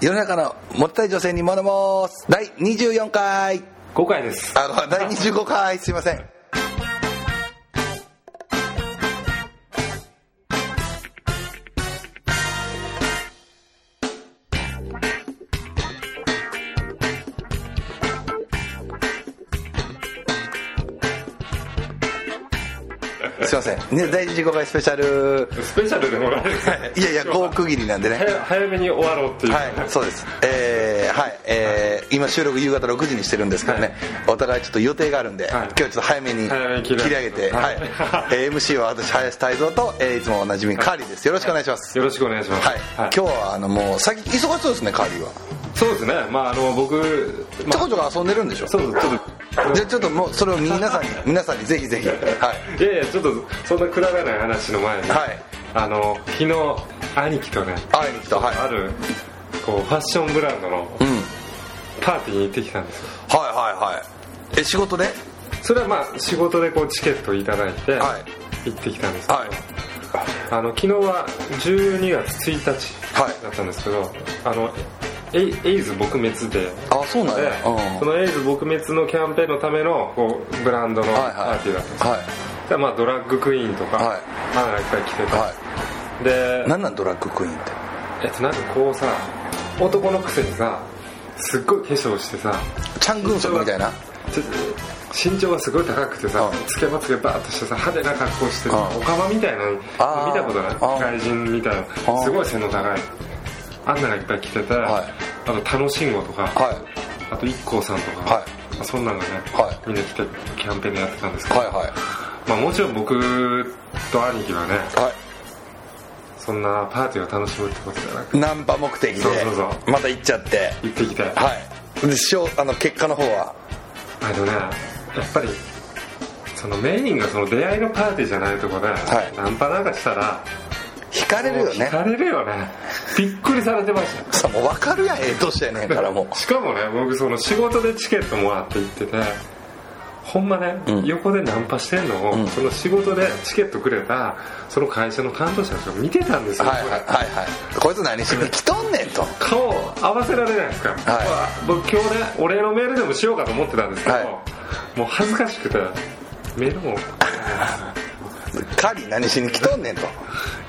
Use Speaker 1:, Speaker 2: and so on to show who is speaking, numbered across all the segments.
Speaker 1: 世の中のもったい女性に学ぼう第24回
Speaker 2: 5回です
Speaker 1: あの第25回すいませんすいませんね第25回スペシャル
Speaker 2: スペシャルでもないです
Speaker 1: いやいや5区切りなんでね
Speaker 2: 早早めに終わろうっていう、
Speaker 1: はい、そうです。えー、はい、えー、今収録夕方6時にしてるんですけどね、お互いちょっと予定があるんで、
Speaker 2: はい
Speaker 1: 今日ちょっと早めに
Speaker 2: 早めに
Speaker 1: 切
Speaker 2: 切
Speaker 1: り
Speaker 2: り
Speaker 1: 上
Speaker 2: 上
Speaker 1: げ
Speaker 2: げ
Speaker 1: て、
Speaker 2: て
Speaker 1: はい、
Speaker 2: はい
Speaker 1: えー MC は私林泰造と、えーいつもおなじみカーリーです。よろしくお願いします。
Speaker 2: よろしくお願いします、
Speaker 1: はい、今日はあのもう最近忙しそうですねカーリーは。
Speaker 2: そうですねまああの僕、ま
Speaker 1: ちょ
Speaker 2: あ、
Speaker 1: こちょこ遊んでるんでしょ。
Speaker 2: そうですちょっ
Speaker 1: じゃあちょっともうそれを皆さんに皆さんにぜひぜひはい
Speaker 2: といやいやちょっとそんなくだらない話の前に、
Speaker 1: はい
Speaker 2: あの昨日兄貴とね
Speaker 1: 会いに来たはい
Speaker 2: あるこうファッションブランドの
Speaker 1: うんはい
Speaker 2: パーティーに行ってきたんですよ
Speaker 1: はいはいえ仕事で
Speaker 2: それはまあ仕事でこうチケットいただいて
Speaker 1: は
Speaker 2: 行ってきたんですけど、
Speaker 1: はい
Speaker 2: あの昨日は12月1日
Speaker 1: はい
Speaker 2: だったんですけど、あのエイエイズ撲滅デー
Speaker 1: あそうなん
Speaker 2: で、
Speaker 1: やうん
Speaker 2: そのエイズ撲滅のキャンペーンのためのこうブランドの
Speaker 1: は
Speaker 2: パ
Speaker 1: いは
Speaker 2: ーティーだったんです
Speaker 1: いは
Speaker 2: でまあ、ドラッグクイーンとか、
Speaker 1: はい
Speaker 2: アナがいっぱい来て
Speaker 1: い
Speaker 2: た、
Speaker 1: は
Speaker 2: で
Speaker 1: いなんなんドラッグクイーンって
Speaker 2: えっとなんかこうさ男のくせにさすっごい化粧してさ
Speaker 1: チャングンソクみたいな
Speaker 2: ちょっと身長がすごい高くてさ、
Speaker 1: うん
Speaker 2: つけまつげバーっとしてさ派手な格好して
Speaker 1: う
Speaker 2: さ、
Speaker 1: ん
Speaker 2: おかまみたいなの見
Speaker 1: あー
Speaker 2: たことない
Speaker 1: うん
Speaker 2: 外人みたい
Speaker 1: うん
Speaker 2: なすごい背の高いアンナがいっぱい来てて、
Speaker 1: はい
Speaker 2: あと楽しんごとか、
Speaker 1: はい
Speaker 2: あと IKKO さんとか、
Speaker 1: は
Speaker 2: まあそんなのね、
Speaker 1: はい
Speaker 2: みんな来てキャンペーンでやってたんですけど、
Speaker 1: はいはい
Speaker 2: まあ、もちろん僕と兄貴はね
Speaker 1: はい
Speaker 2: そんなパーティーを楽しむってことじゃなく
Speaker 1: ナンパ目的で
Speaker 2: そうそうそう
Speaker 1: また行っちゃって
Speaker 2: 行ってきて、あ
Speaker 1: はいでしょあの結果の方は
Speaker 2: のねやっぱりそのメインがその出会いのパーティーじゃないとこで、
Speaker 1: はい
Speaker 2: ナンパなんかしたら
Speaker 1: 引かれるよ
Speaker 2: 惹
Speaker 1: ね
Speaker 2: かれるよねびっくりされてまし
Speaker 1: さもう分かるやんええ年やねんからもう
Speaker 2: たしかもね僕その仕事でチケットもらって行っててほんまね、
Speaker 1: うん
Speaker 2: 横でナンパしてんのを、
Speaker 1: うん
Speaker 2: その仕事でチケットくれたその会社の担当者の人が見てたんですよ、
Speaker 1: はいはいはいはいこいつ何しに来とんねんと
Speaker 2: 顔合わせられないですか、
Speaker 1: は
Speaker 2: 僕今日ねお礼のメールでもしようかと思ってたんですけど、
Speaker 1: はい
Speaker 2: もう恥ずかしくてメールも
Speaker 1: 狩り何しに来とんねんと
Speaker 2: い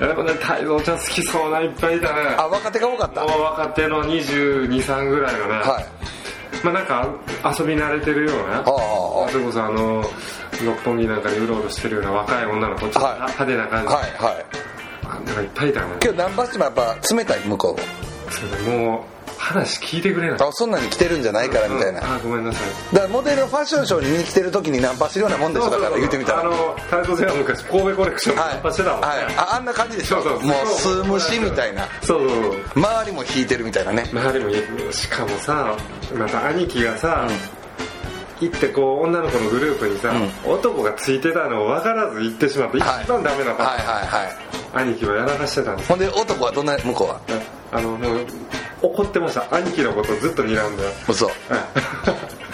Speaker 2: やでもね太蔵ちゃん好きそうないっぱいいたね
Speaker 1: あ若手が多かった
Speaker 2: もう若手の223ぐらいのね、
Speaker 1: はい
Speaker 2: まあなんか遊び慣れてるような
Speaker 1: あああ
Speaker 2: それこそあの六本木なんかでうろうろしてるような若い女の子ちょっと
Speaker 1: はい
Speaker 2: 派手な感じ、
Speaker 1: はいはい
Speaker 2: あなんかいっぱいいたね
Speaker 1: けどナンパしてもやっぱ冷たい向こう
Speaker 2: それでもう話聞いてくれない
Speaker 1: あそんなに来てるんじゃないからみたいな
Speaker 2: うんあごめんなさい
Speaker 1: だからモデルのファッションショーに見に来てる時にナンパしてるようなもんでしょだから言ってみたら
Speaker 2: あの太蔵ちゃんは昔神戸コレクションナンパしてたもんね、
Speaker 1: はい、ああんな感じでしょ
Speaker 2: そうそう
Speaker 1: もう数虫みたいな
Speaker 2: そうそうそう
Speaker 1: 周りも引いてるみたいなね
Speaker 2: まあでもしかもさまた兄貴がさ、行ってこう女の子のグループにさ、男がついてたのを分からず行ってしまって一
Speaker 1: はい
Speaker 2: 番ダメなパターン、
Speaker 1: はいはいはい
Speaker 2: 兄貴はやらかしてたんです
Speaker 1: ほんで男はどんな向こうは
Speaker 2: あのもう怒ってました兄貴のことずっと睨んで
Speaker 1: 嘘
Speaker 2: はい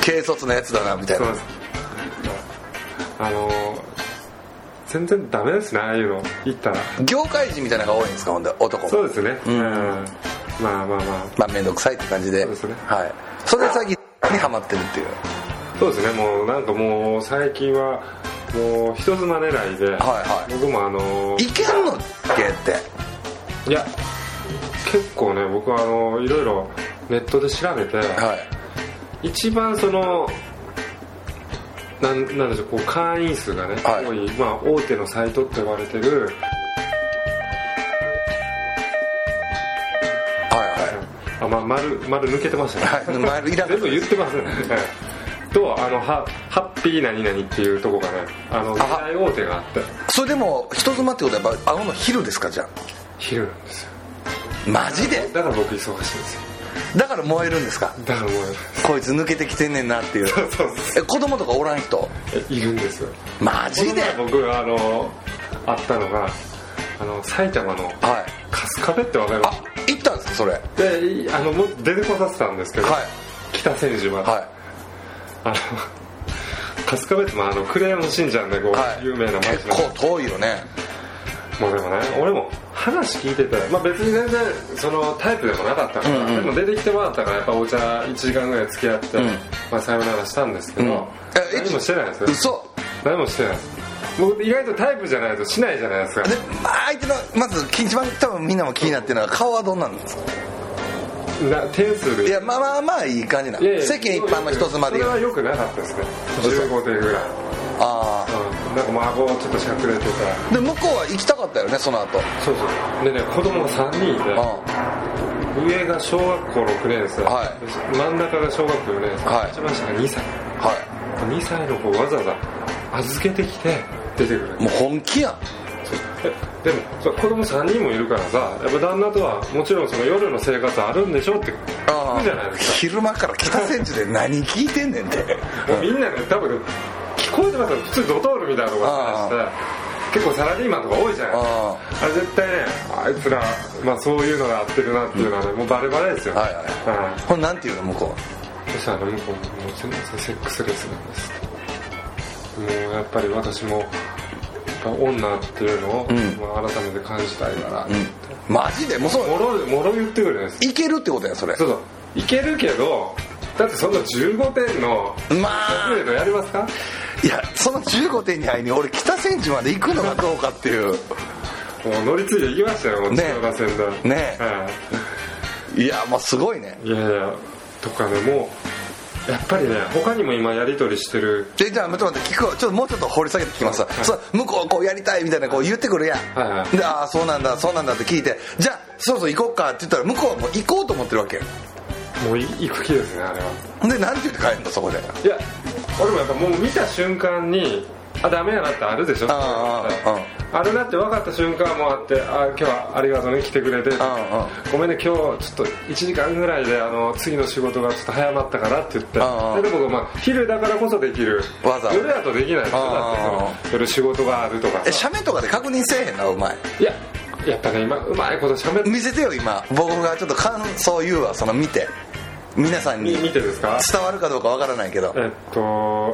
Speaker 1: 軽率なやつだなみたい
Speaker 2: そ
Speaker 1: な
Speaker 2: うですあの全然ダメですねああいうの行ったら
Speaker 1: 業界人みたいなのが多いんですかほんで男
Speaker 2: そ
Speaker 1: も
Speaker 2: うですね
Speaker 1: うん
Speaker 2: まあまあま
Speaker 1: まあ面倒くさいって感じで
Speaker 2: そうですね
Speaker 1: はいそれで最近にハマってるっていう
Speaker 2: あそうですねもうなんかもう最近はもう人妻狙いで、
Speaker 1: はい
Speaker 2: 僕もあの
Speaker 1: いけんのゲーって
Speaker 2: いや結構ね僕はあのいろいろネットで調べて、
Speaker 1: はい
Speaker 2: 一番そのなんなんでしょうこう会員数がね、
Speaker 1: はい
Speaker 2: 多い、まあ、大手のサイトって呼ばれてる
Speaker 1: はい
Speaker 2: あ、まあ、丸丸抜けてましたね、
Speaker 1: はいはい丸いらん
Speaker 2: 全部言ってますねはいとあのはハッピー何々っていうとこがねあの
Speaker 1: は
Speaker 2: 大大手があって
Speaker 1: それでも人妻ってことはやっぱ会うの昼ですかじゃ
Speaker 2: 昼なんですよ
Speaker 1: あマジで
Speaker 2: だから僕忙しいんですよ
Speaker 1: だから燃えるんですか
Speaker 2: だからもう
Speaker 1: こいつ抜けてきてんねんなっていう
Speaker 2: そうそうそ
Speaker 1: え子供とかおらん人
Speaker 2: うえいるんですよ
Speaker 1: マジで
Speaker 2: この前僕あのあったのがあの埼玉の
Speaker 1: はい
Speaker 2: 春日部ってわかりま
Speaker 1: あ
Speaker 2: す
Speaker 1: 行ったんですかそれはい
Speaker 2: でいあのもう出てこさせたんですけど、北千住まで、
Speaker 1: は
Speaker 2: あの春日部って、まあ、あのクレヨンしんちゃんでこう、
Speaker 1: いはい
Speaker 2: 有名な街
Speaker 1: 結
Speaker 2: なんで
Speaker 1: 構遠いよね
Speaker 2: もうでもね俺も話聞いてたら、まあ、別に全然そのタイプでもなかったか
Speaker 1: う
Speaker 2: ら、
Speaker 1: んうん
Speaker 2: でも出てきてもらったからやっぱお茶1時間ぐらい付き合って、
Speaker 1: うん
Speaker 2: まあ、さよならしたんですけど、
Speaker 1: うんえ
Speaker 2: 何もしてないんですよ
Speaker 1: 嘘
Speaker 2: 何もしてないです僕意外とタイプじゃないとしないじゃないですか
Speaker 1: で相手のまず一番多分みんなも気になってるのは顔はどんなんですか
Speaker 2: な点数で
Speaker 1: いやまあまあまあいい感じなの
Speaker 2: いやいや
Speaker 1: 世間一般の一つまで言
Speaker 2: それ
Speaker 1: う
Speaker 2: は良くなかったですね
Speaker 1: 嘘
Speaker 2: 15点ぐらい、
Speaker 1: あ
Speaker 2: うん、なんか孫ちょっとしゃくれて
Speaker 1: あで向こうは行きたかったよねその後
Speaker 2: たそうそうでね子供が3人いて
Speaker 1: う
Speaker 2: 上が小学校6年生、
Speaker 1: は
Speaker 2: 真ん中が小学校4年生、
Speaker 1: はい
Speaker 2: 一番下が2歳
Speaker 1: んは
Speaker 2: 2歳の子わざわざ預けてきて出てくる
Speaker 1: いもう本気やん
Speaker 2: えでもそう子供3人もいるからさやっぱ旦那とはもちろんその夜の生活あるんでしょって聞くじゃないですか
Speaker 1: 昼間から北千住で何聞いてんねんって
Speaker 2: もうみんなね多分ね聞こえてますよ普通ドトールみたいなのがあって結構サラリーマンとか多いじゃないですか
Speaker 1: あ
Speaker 2: あれ絶対ねあいつら、まあ、そういうのが合ってるなっていうのはねもうバレバレですよ、
Speaker 1: あはいはい
Speaker 2: うん
Speaker 1: ほんなんていうの向こ
Speaker 2: そしたら向こうももう全然セックスレスなんですもうやっぱり私もやっぱ女っていうのを、
Speaker 1: ん
Speaker 2: まあ改めて感じたいから、
Speaker 1: ううんマジでもうそう
Speaker 2: もろもろ言ってくるんです
Speaker 1: いけるってことやんそれ
Speaker 2: そうそういけるけどだってそんな15点の
Speaker 1: ま
Speaker 2: プ
Speaker 1: あ
Speaker 2: レートやりますか
Speaker 1: いやその15点に入りに俺北千住まで行くのかどうかっていう
Speaker 2: もう乗り継いでいきましたよ、もう
Speaker 1: ね
Speaker 2: 千代田線で
Speaker 1: ねいやもうすごいね
Speaker 2: うんいやいやとかねもうやっぱりね他にも今やり取りしてる
Speaker 1: でじゃあちょっと待って聞くわちょっともうちょっと掘り下げて聞きますわ、
Speaker 2: はい
Speaker 1: そう向こうはこうやりたいみたいなこう言ってくるやん、
Speaker 2: はいはい
Speaker 1: でああそうなんだそうなんだって聞いてじゃあそろそろ行こうかって言ったら向こうはもう行こうと思ってるわけよ
Speaker 2: もうい行く気ですねあれは
Speaker 1: でなんて言って帰るのそこで
Speaker 2: いや俺もやっぱもう見た瞬間にあダメやなってあるでしょ
Speaker 1: あああ
Speaker 2: あるなって分かった瞬間もあってあ今日はありがとうね来てくれて
Speaker 1: あ
Speaker 2: ごめんね今日ちょっと1時間ぐらいであの次の仕事がちょっと早まったからって言って
Speaker 1: ああ
Speaker 2: で僕、まあ、昼だからこそできる
Speaker 1: わざ
Speaker 2: 夜だとできないですよだって
Speaker 1: ああ
Speaker 2: その夜仕事があるとか
Speaker 1: え
Speaker 2: さ
Speaker 1: 写メとかで確認せえへんなお前
Speaker 2: いややっぱね今うまいことしゃべって
Speaker 1: 見せてよ今僕がちょっと感想を言うわその見て皆さんに
Speaker 2: み見
Speaker 1: 伝
Speaker 2: てですか
Speaker 1: わるかどうかわからないけど
Speaker 2: えっと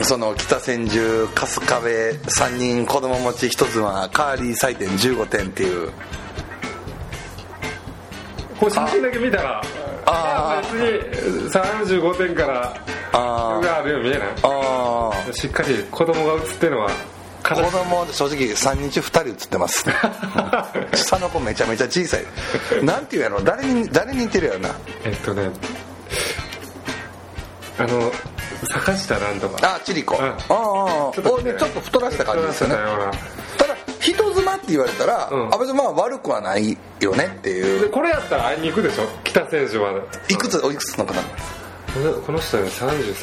Speaker 1: その北千住春日部3人子供持ち一妻カーリー採点15点っていう
Speaker 2: こう写真だけ見たら
Speaker 1: ああ
Speaker 2: いや別に35点から
Speaker 1: あー
Speaker 2: があるように見えない
Speaker 1: あー
Speaker 2: しっかり子供が映ってるのは
Speaker 1: 子
Speaker 2: 悲しい
Speaker 1: 供正直3人中2人写ってます下の子めちゃめちゃ小さいなんていうやろ誰に誰に似てるやろな
Speaker 2: えっとねあの坂下なんとか
Speaker 1: あチリコ、
Speaker 2: うん
Speaker 1: ああああ
Speaker 2: ちょっと
Speaker 1: おねちょっと太らした感じですよね
Speaker 2: 話して
Speaker 1: ただ人妻って言われたら、
Speaker 2: うん
Speaker 1: あ別にまあ悪くはないよねって
Speaker 2: たような
Speaker 1: いう
Speaker 2: でこれやったら会いに行くでしょ北選手まで
Speaker 1: いくつおいくつの方なんです
Speaker 2: このこの人ね 33?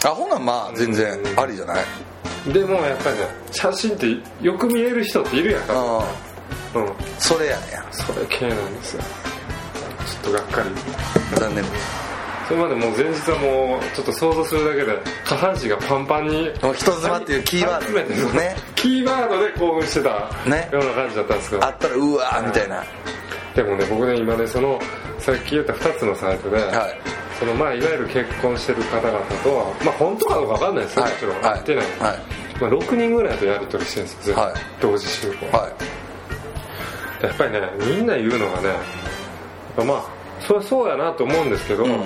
Speaker 1: かあほなまあ全然ありじゃない
Speaker 2: でもやっぱりね写真ってよく見える人っているやんか
Speaker 1: あ
Speaker 2: うん
Speaker 1: あそれやね
Speaker 2: それ系なんですよちょっとがっかり
Speaker 1: 残念
Speaker 2: それまでもう前日はもうちょっと想像するだけで下半身がパンパンに
Speaker 1: もう人妻っていうキーワード
Speaker 2: 張り詰めて
Speaker 1: ね
Speaker 2: キーワードで興奮してた
Speaker 1: ね
Speaker 2: ような感じだったんですけど
Speaker 1: あったらうわーみたいな
Speaker 2: でもね僕ね今ねそのさっき言った2つのサイトで、
Speaker 1: はい
Speaker 2: そのまあいわゆる結婚してる方々とまあ本当かどうか分かんないですよ、
Speaker 1: はい
Speaker 2: もちろん
Speaker 1: はい
Speaker 2: 会ってない、
Speaker 1: はい
Speaker 2: まあ、6人ぐらいとやり取りしてるんですよ全部、
Speaker 1: はい
Speaker 2: 同時進行、
Speaker 1: はい
Speaker 2: やっぱりねみんな言うのがねやっぱまあそりゃそうやなと思うんですけど、
Speaker 1: ん
Speaker 2: やっ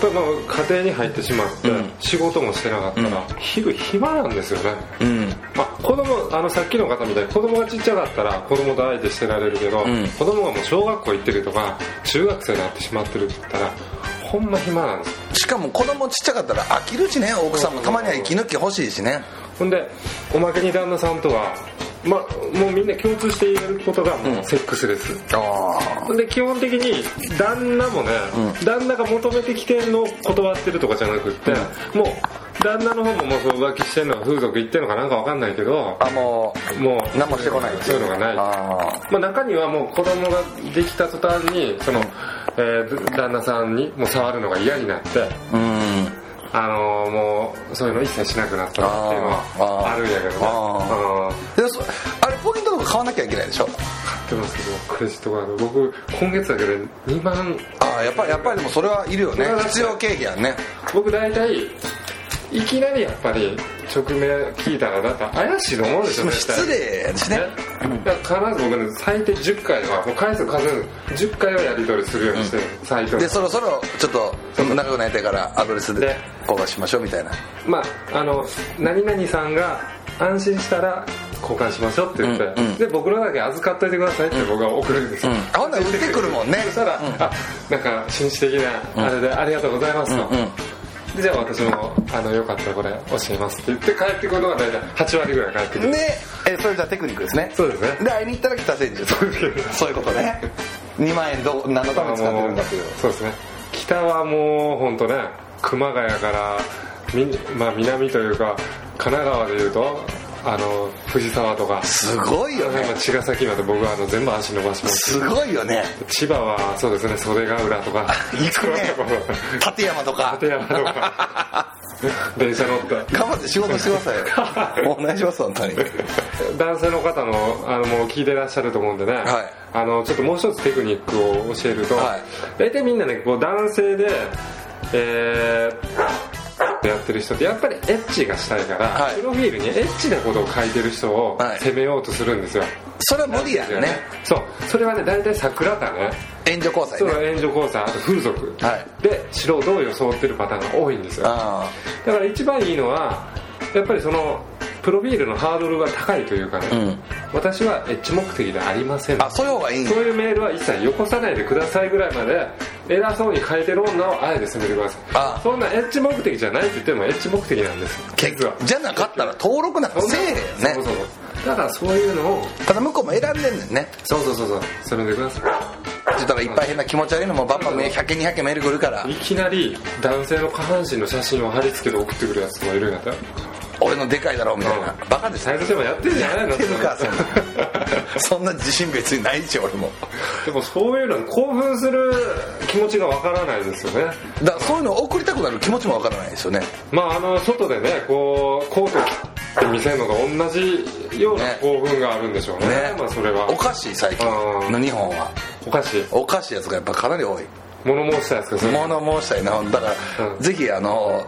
Speaker 2: ぱりまあ家庭に入ってしまって、
Speaker 1: うん
Speaker 2: 仕事もしてなかったら、昼暇なんですよね、
Speaker 1: うん
Speaker 2: まあ、子供あのさっきの方みたいに子供がちっちゃかったら子供と相手してられるけど、
Speaker 1: うん
Speaker 2: 子供がもう小学校行ってるとか中学生になってしまってるって言ったらほんま暇なんです
Speaker 1: しかも子供ちっちゃかったら飽きるしね奥さんもたまには息抜き欲しいしね
Speaker 2: ほんでおまけに旦那さんとは、まあ、もうみんな共通して言えることがもうセックスレス、
Speaker 1: ああ
Speaker 2: ほんで基本的に旦那もね、旦那が求めてきてんのを断ってるとかじゃなくって、もう旦那の方ももうそう浮気してんのか風俗行ってんのかなんかわかんないけど
Speaker 1: あも
Speaker 2: も
Speaker 1: う
Speaker 2: う
Speaker 1: 何もしてこない
Speaker 2: そういうのがない
Speaker 1: ああ
Speaker 2: まあ、中にはもう子供ができた途端にその、えー旦那さんにもう触るのが嫌になって、
Speaker 1: うん
Speaker 2: あのーもうそういうの一切しなくなったっていうの
Speaker 1: あ
Speaker 2: は
Speaker 1: ー
Speaker 2: あるんやけどね
Speaker 1: あ
Speaker 2: うん
Speaker 1: でそあれポイントとか買わなきゃいけないでしょ
Speaker 2: 買ってますけどクレジットカード僕今月だけで2万
Speaker 1: ああやっぱりやっぱりでもそれはいるよね
Speaker 2: それは
Speaker 1: 必要経費やんね
Speaker 2: 僕大体いきなりやっぱり職名聞いたらだって怪しいと思うでしょ
Speaker 1: もう
Speaker 2: 絶対
Speaker 1: 失礼ですね
Speaker 2: ねだから必ず僕ね最低10回はもう回数数える10回はやり取りするようにしてる、最低
Speaker 1: でそろそろちょっと仲良くなりたいからアドレスで
Speaker 2: で
Speaker 1: 交換しましょうみたいな
Speaker 2: まああの何々さんが安心したら交換しましょうって言って、
Speaker 1: うんうん
Speaker 2: で僕らだけ預かっといてくださいって僕は送るんですよ、
Speaker 1: うんあほんなら売ってくるもんね
Speaker 2: そしたら、あなんか紳士的なあれでありがとうございますと、
Speaker 1: うんうん
Speaker 2: でじゃあ私もあのよかったらこれ教えますって言って帰ってくるのが大体8割ぐらい帰ってくる、
Speaker 1: でえそれじゃあテクニックですね
Speaker 2: そうです ね
Speaker 1: で会いに行ったら北千住そうそういうことね2万円どう何のために使ってるんだっていう
Speaker 2: そうですね北はもう本当ね熊谷からみ、まあ、南というか神奈川でいうとあの藤沢とか
Speaker 1: すごいよ
Speaker 2: まあ
Speaker 1: ね
Speaker 2: 茅ヶ崎まで僕はあの全部足伸ばします
Speaker 1: すごいよね
Speaker 2: 千葉はそうですね袖ヶ浦 とか
Speaker 1: 行くね
Speaker 2: そういうとこ
Speaker 1: 立山とか
Speaker 2: 館山とか電車乗った
Speaker 1: 頑張って仕事してくださいよお願いします本当に
Speaker 2: 男性の方のあのもう聞いてらっしゃると思うんでね、
Speaker 1: はい
Speaker 2: あのちょっともう一つテクニックを教えると、
Speaker 1: はい
Speaker 2: 大体みんなねこう男性で、えーやってる人ってやっぱりエッチがしたいから、
Speaker 1: はい
Speaker 2: プロフィールにエッチなことを書いてる人を
Speaker 1: はい
Speaker 2: 責めようとするんですよ、
Speaker 1: それは無理やんね
Speaker 2: そうそれはね大体桜田ね
Speaker 1: 援助交際
Speaker 2: そ
Speaker 1: ね
Speaker 2: の援助交際あと風俗、
Speaker 1: はい
Speaker 2: で素人を装ってるパターンが多いんですよ
Speaker 1: あ
Speaker 2: だから一番いいのはやっぱりそのプロフィールのハードルが高いというかね、
Speaker 1: ん
Speaker 2: 私はエッチ目的ではありません
Speaker 1: ああそういう方がいいん
Speaker 2: そういうメールは一切よこさないでくださいぐらいまで偉そうに書いてる女をあえて責めてください
Speaker 1: あ
Speaker 2: そんなエッチ目的じゃないって言ってもエッチ目的なんですよ
Speaker 1: 結
Speaker 2: 実は
Speaker 1: 局じゃなかったら登録なんか
Speaker 2: そんな
Speaker 1: せえへん
Speaker 2: そう
Speaker 1: よ
Speaker 2: そ
Speaker 1: ね
Speaker 2: うそうだからそういうのを
Speaker 1: ただ向こうも選んでんねんね
Speaker 2: そうそうそうそうそれでくださ
Speaker 1: って言ったらいっぱい変な気持ち悪いのもバンバン100件200件メール来るから
Speaker 2: いいきなり男性の下半身の写真を貼り付けて送ってくるやつもいるんだったよ
Speaker 1: 俺のでかいだろうみたいなバカでしょ
Speaker 2: サイズでもやってんじゃないの
Speaker 1: やってるかそんなそんな自信別にないし俺も
Speaker 2: でもそういうのに興奮する気持ちがわからないですよね
Speaker 1: だからそういうのを送りたくなる気持ちもわからないですよね
Speaker 2: まああの外でねこうコート着て見せるのが同じような
Speaker 1: ね
Speaker 2: 興奮があるんでしょうね
Speaker 1: ね
Speaker 2: まあそれは
Speaker 1: おかしい最近
Speaker 2: うん
Speaker 1: の日本は
Speaker 2: おかしい
Speaker 1: おかしいやつがやっぱかなり多い
Speaker 2: 物申したやつがそれ
Speaker 1: 物申したいなだから、
Speaker 2: うん
Speaker 1: ぜひあの、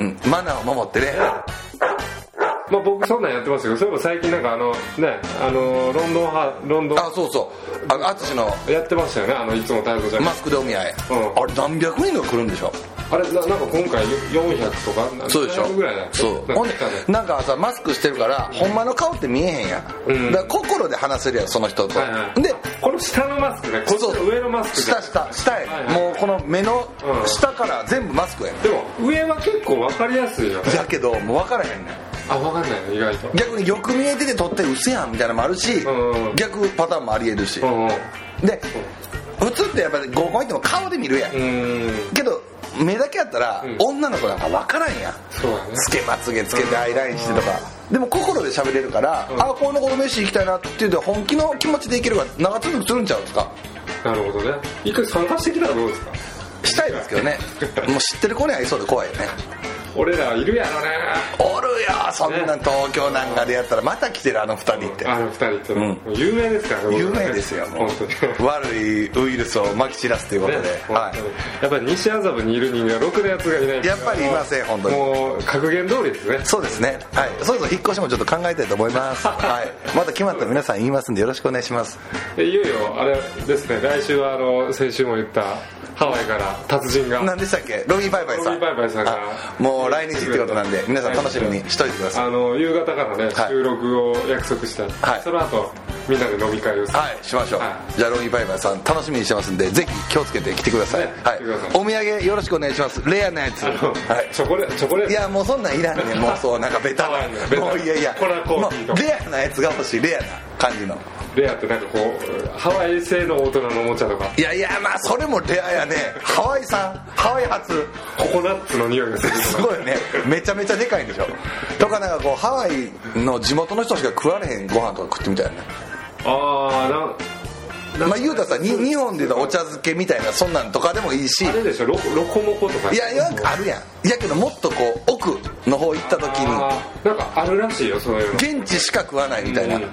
Speaker 1: うん、マナーを守ってね
Speaker 2: まあ僕そんなんやってましたけどそういえば最近なんかあのねあのロンドンはロンド
Speaker 1: あそうそうあの淳の
Speaker 2: ンやってましたよねあのいつも太蔵ちゃん、
Speaker 1: マスクでお見合い、
Speaker 2: うん
Speaker 1: あれ何百人が来るんでしょ
Speaker 2: あれななんか今回400とか700
Speaker 1: そうでしょ
Speaker 2: ぐらいだよ
Speaker 1: そう
Speaker 2: な
Speaker 1: ほ
Speaker 2: ん
Speaker 1: ん
Speaker 2: か
Speaker 1: で
Speaker 2: 来たね
Speaker 1: なんかさマスクしてるからほんまの顔って見えへんやん、
Speaker 2: うん
Speaker 1: だから心で話せるやんその人と、
Speaker 2: はいはい
Speaker 1: で
Speaker 2: この下のマスクねこっち
Speaker 1: そ
Speaker 2: の
Speaker 1: う
Speaker 2: 上のマスク
Speaker 1: 下下下へ、
Speaker 2: はいはい
Speaker 1: もうこの目の
Speaker 2: うん
Speaker 1: 下から全部マスクやね
Speaker 2: でも上は結構わかりやすいよね
Speaker 1: んやけどもう分からへんねん
Speaker 2: あわかんないね意外と
Speaker 1: 逆によく見えてて撮って薄やんみたいなのもあるし、
Speaker 2: うんうん
Speaker 1: 逆パターンもありえるし、
Speaker 2: うんうん
Speaker 1: で普通ってやっぱり合コン行っても顔で見るやん、
Speaker 2: うん
Speaker 1: けど目だけやったら、
Speaker 2: ん
Speaker 1: 女の子なんか分からんやん
Speaker 2: そうだね
Speaker 1: つけまつげつけてアイラインしてとかでも心で喋れるから、
Speaker 2: ん
Speaker 1: あこの子の飯行きたいなって言うと本気の気持ちでいけるから長続きするんちゃうとか
Speaker 2: なるほどね一回参加してきたらどうですか
Speaker 1: したいですけど ねもう知ってる子に会いそうで怖いよね
Speaker 2: 俺らいるやろね
Speaker 1: おるよそんなん東京なんかでやったらまた来てるあの二人って
Speaker 2: あの二人って、
Speaker 1: ん
Speaker 2: 有名ですから
Speaker 1: 有名ですよも
Speaker 2: 本当に
Speaker 1: う悪いウイルスをまき散らすということで、
Speaker 2: ね
Speaker 1: は
Speaker 2: 本当にやっぱり西麻布にいる人間はろくなやつがいない
Speaker 1: い、やっぱりいません本当に
Speaker 2: もう格言通りですね
Speaker 1: そうですねはいそろそろ引っ越しもちょっと考えたいと思い ます、はい、また決まったら皆さん言いますんでよろしくお願いします
Speaker 2: でいよいよあれですね来週はあの先週も言ったハワイから達人が
Speaker 1: 何でしたっけロビーバイバイさん
Speaker 2: ロビーバイバイさんが
Speaker 1: あもう来日ってことなんで皆さん楽しみにしといてください
Speaker 2: あの夕方からね
Speaker 1: はい
Speaker 2: 収録を約束した、
Speaker 1: はい
Speaker 2: その後みんなで飲み会をする、
Speaker 1: はいしましょう、
Speaker 2: は
Speaker 1: じゃあロビーバイバイさん楽しみにしてますんでぜひ気をつけて来てください、
Speaker 2: ね
Speaker 1: はい
Speaker 2: 来てください
Speaker 1: お土産よろしくお願いしますレアなや つ
Speaker 2: あの
Speaker 1: はい
Speaker 2: チョコレチョコレー
Speaker 1: い
Speaker 2: ト
Speaker 1: やもうそんなんいらんねんもうそうなんかベタ
Speaker 2: 可
Speaker 1: な
Speaker 2: 愛いねベタな
Speaker 1: もういやいや
Speaker 2: これはコーヒー
Speaker 1: も
Speaker 2: と
Speaker 1: うレアなやつが欲しいレアな感じの
Speaker 2: レアってなんかこうハワイ製の大人のおもちゃとか
Speaker 1: いやいやまあそれもレアやねハワイ産ハワイ発
Speaker 2: ココナッツの匂いがする
Speaker 1: す
Speaker 2: とか
Speaker 1: ごいよねめちゃめちゃでかいんでしょとかなんかこうハワイの地元の人しか食われへんご飯とか食ってみたいな
Speaker 2: ああな
Speaker 1: まあ言うたらさに日本で言うとお茶漬けみたいなそんなんとかでもいいし
Speaker 2: あれでしょロコロコモコとか
Speaker 1: いやいやあるやんいやけどもっとこう奥の方行った時に
Speaker 2: あーなんかあるらしいよそういうの
Speaker 1: 現地しか食わないみたいな
Speaker 2: うん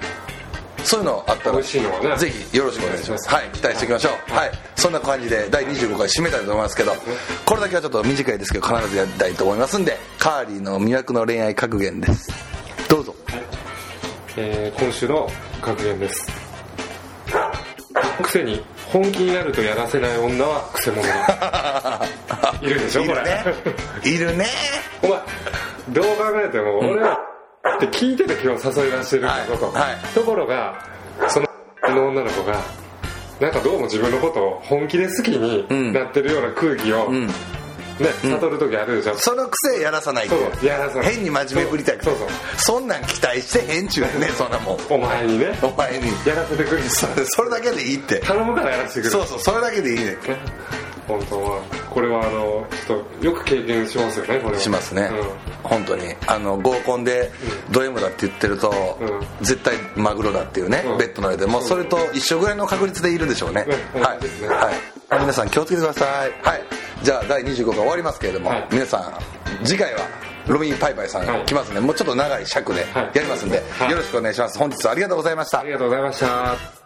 Speaker 1: そういうのあった
Speaker 2: 美
Speaker 1: ら
Speaker 2: 味しいのはね
Speaker 1: ぜひよろしくお願いします
Speaker 2: お願
Speaker 1: はい期待していきましょうはいそんな感じで第25回締めたいと思いますけどこれだけはちょっと短いですけど必ずやりたいと思いますんでカーリーの魅惑の恋愛格言ですどうぞ
Speaker 2: えー今週の格言です癖に本気になるとやらせない女はクセ 者だいるでしょ
Speaker 1: い
Speaker 2: これ
Speaker 1: るねいるね
Speaker 2: お前どう考えても俺はって聞いてて今日誘い出してるんだぞと、
Speaker 1: はいはい
Speaker 2: ところがそのの女の子がなんかどうも自分のことを本気で好きになってるような空気を、
Speaker 1: ん
Speaker 2: ね悟る時あるでしょ、そ
Speaker 1: そのくせやらさないっていう
Speaker 2: そうやらさない
Speaker 1: 変に真面目ぶりたいから
Speaker 2: そうそう
Speaker 1: そんなん期待してへんちゅうねんそんなもん
Speaker 2: お前にね
Speaker 1: お前に
Speaker 2: やらせてくれ
Speaker 1: それだけでいいって
Speaker 2: 頼むからやらせてくれ
Speaker 1: そうそうそれだけでいいね
Speaker 2: ね本当はこれはあのちょっとよく経験しますよねこれは
Speaker 1: しますね、本当にあの合コンでド M だって言ってると、
Speaker 2: うん
Speaker 1: 絶対マグロだっていうね、
Speaker 2: うん
Speaker 1: ベッドの上でもうそれと一緒ぐらいの確率でいるでしょうね、
Speaker 2: うん
Speaker 1: はい、
Speaker 2: 同じですね
Speaker 1: はい、皆さん気をつけてくださいはいじゃあ第25回終わりますけれども、
Speaker 2: はい
Speaker 1: 皆さん次回はロビン・パイパイさんが来ますね、もうちょっと長い尺で
Speaker 2: はい
Speaker 1: やりますんで、
Speaker 2: はい
Speaker 1: よろしくお願いします本日はありがとうございました
Speaker 2: ありがとうございました